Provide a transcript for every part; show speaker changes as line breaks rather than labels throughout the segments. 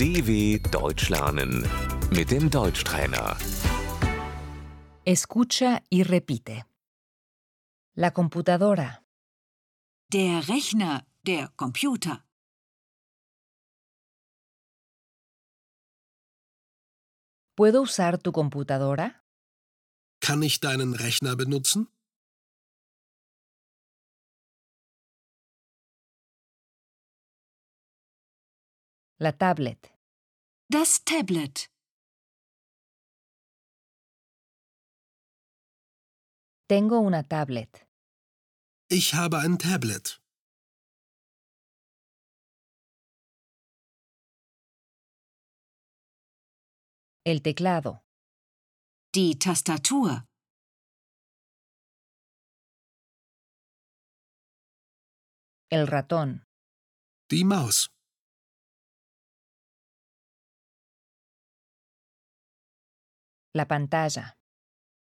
DW Deutsch lernen mit dem Deutschtrainer.
Escucha y repite. La computadora,
Der Rechner, der Computer,
¿puedo usar tu computadora?
Kann ich deinen Rechner benutzen?
La tablet,
das Tablet,
tengo una tablet.
Ich habe ein Tablet.
El teclado,
die Tastatur,
el ratón,
Die Maus.
la pantalla,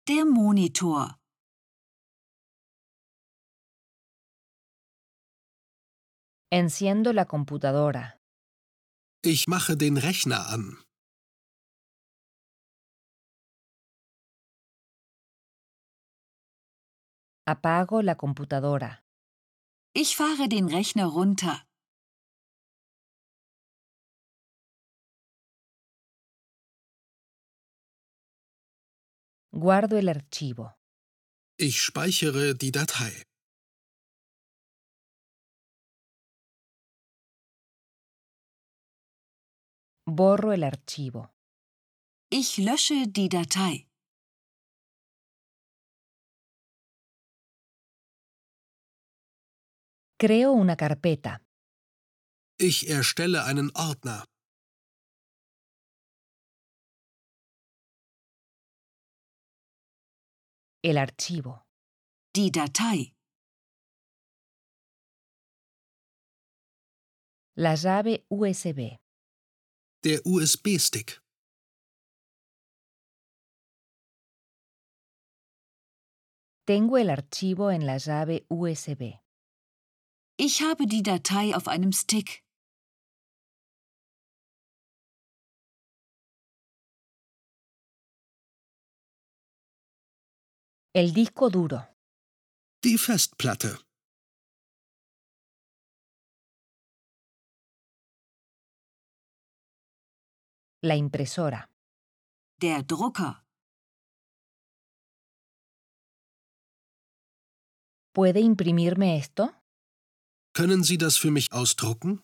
der Monitor,
enciendo la computadora,
Ich mache den Rechner an.
apago la computadora,
ich fahre den Rechner runter,
guardo el archivo,
Ich speichere die Datei.
borro el archivo,
ich lösche die Datei,
creo una carpeta,
Ich erstelle einen Ordner.
el archivo,
die Datei,
la llave USB,
Der USB-Stick.
tengo el archivo en la llave USB,
ich habe die Datei auf einem Stick,
el disco duro,
Die Festplatte.
la impresora,
der Drucker,
¿puede imprimirme esto?
Können Sie das für mich ausdrucken?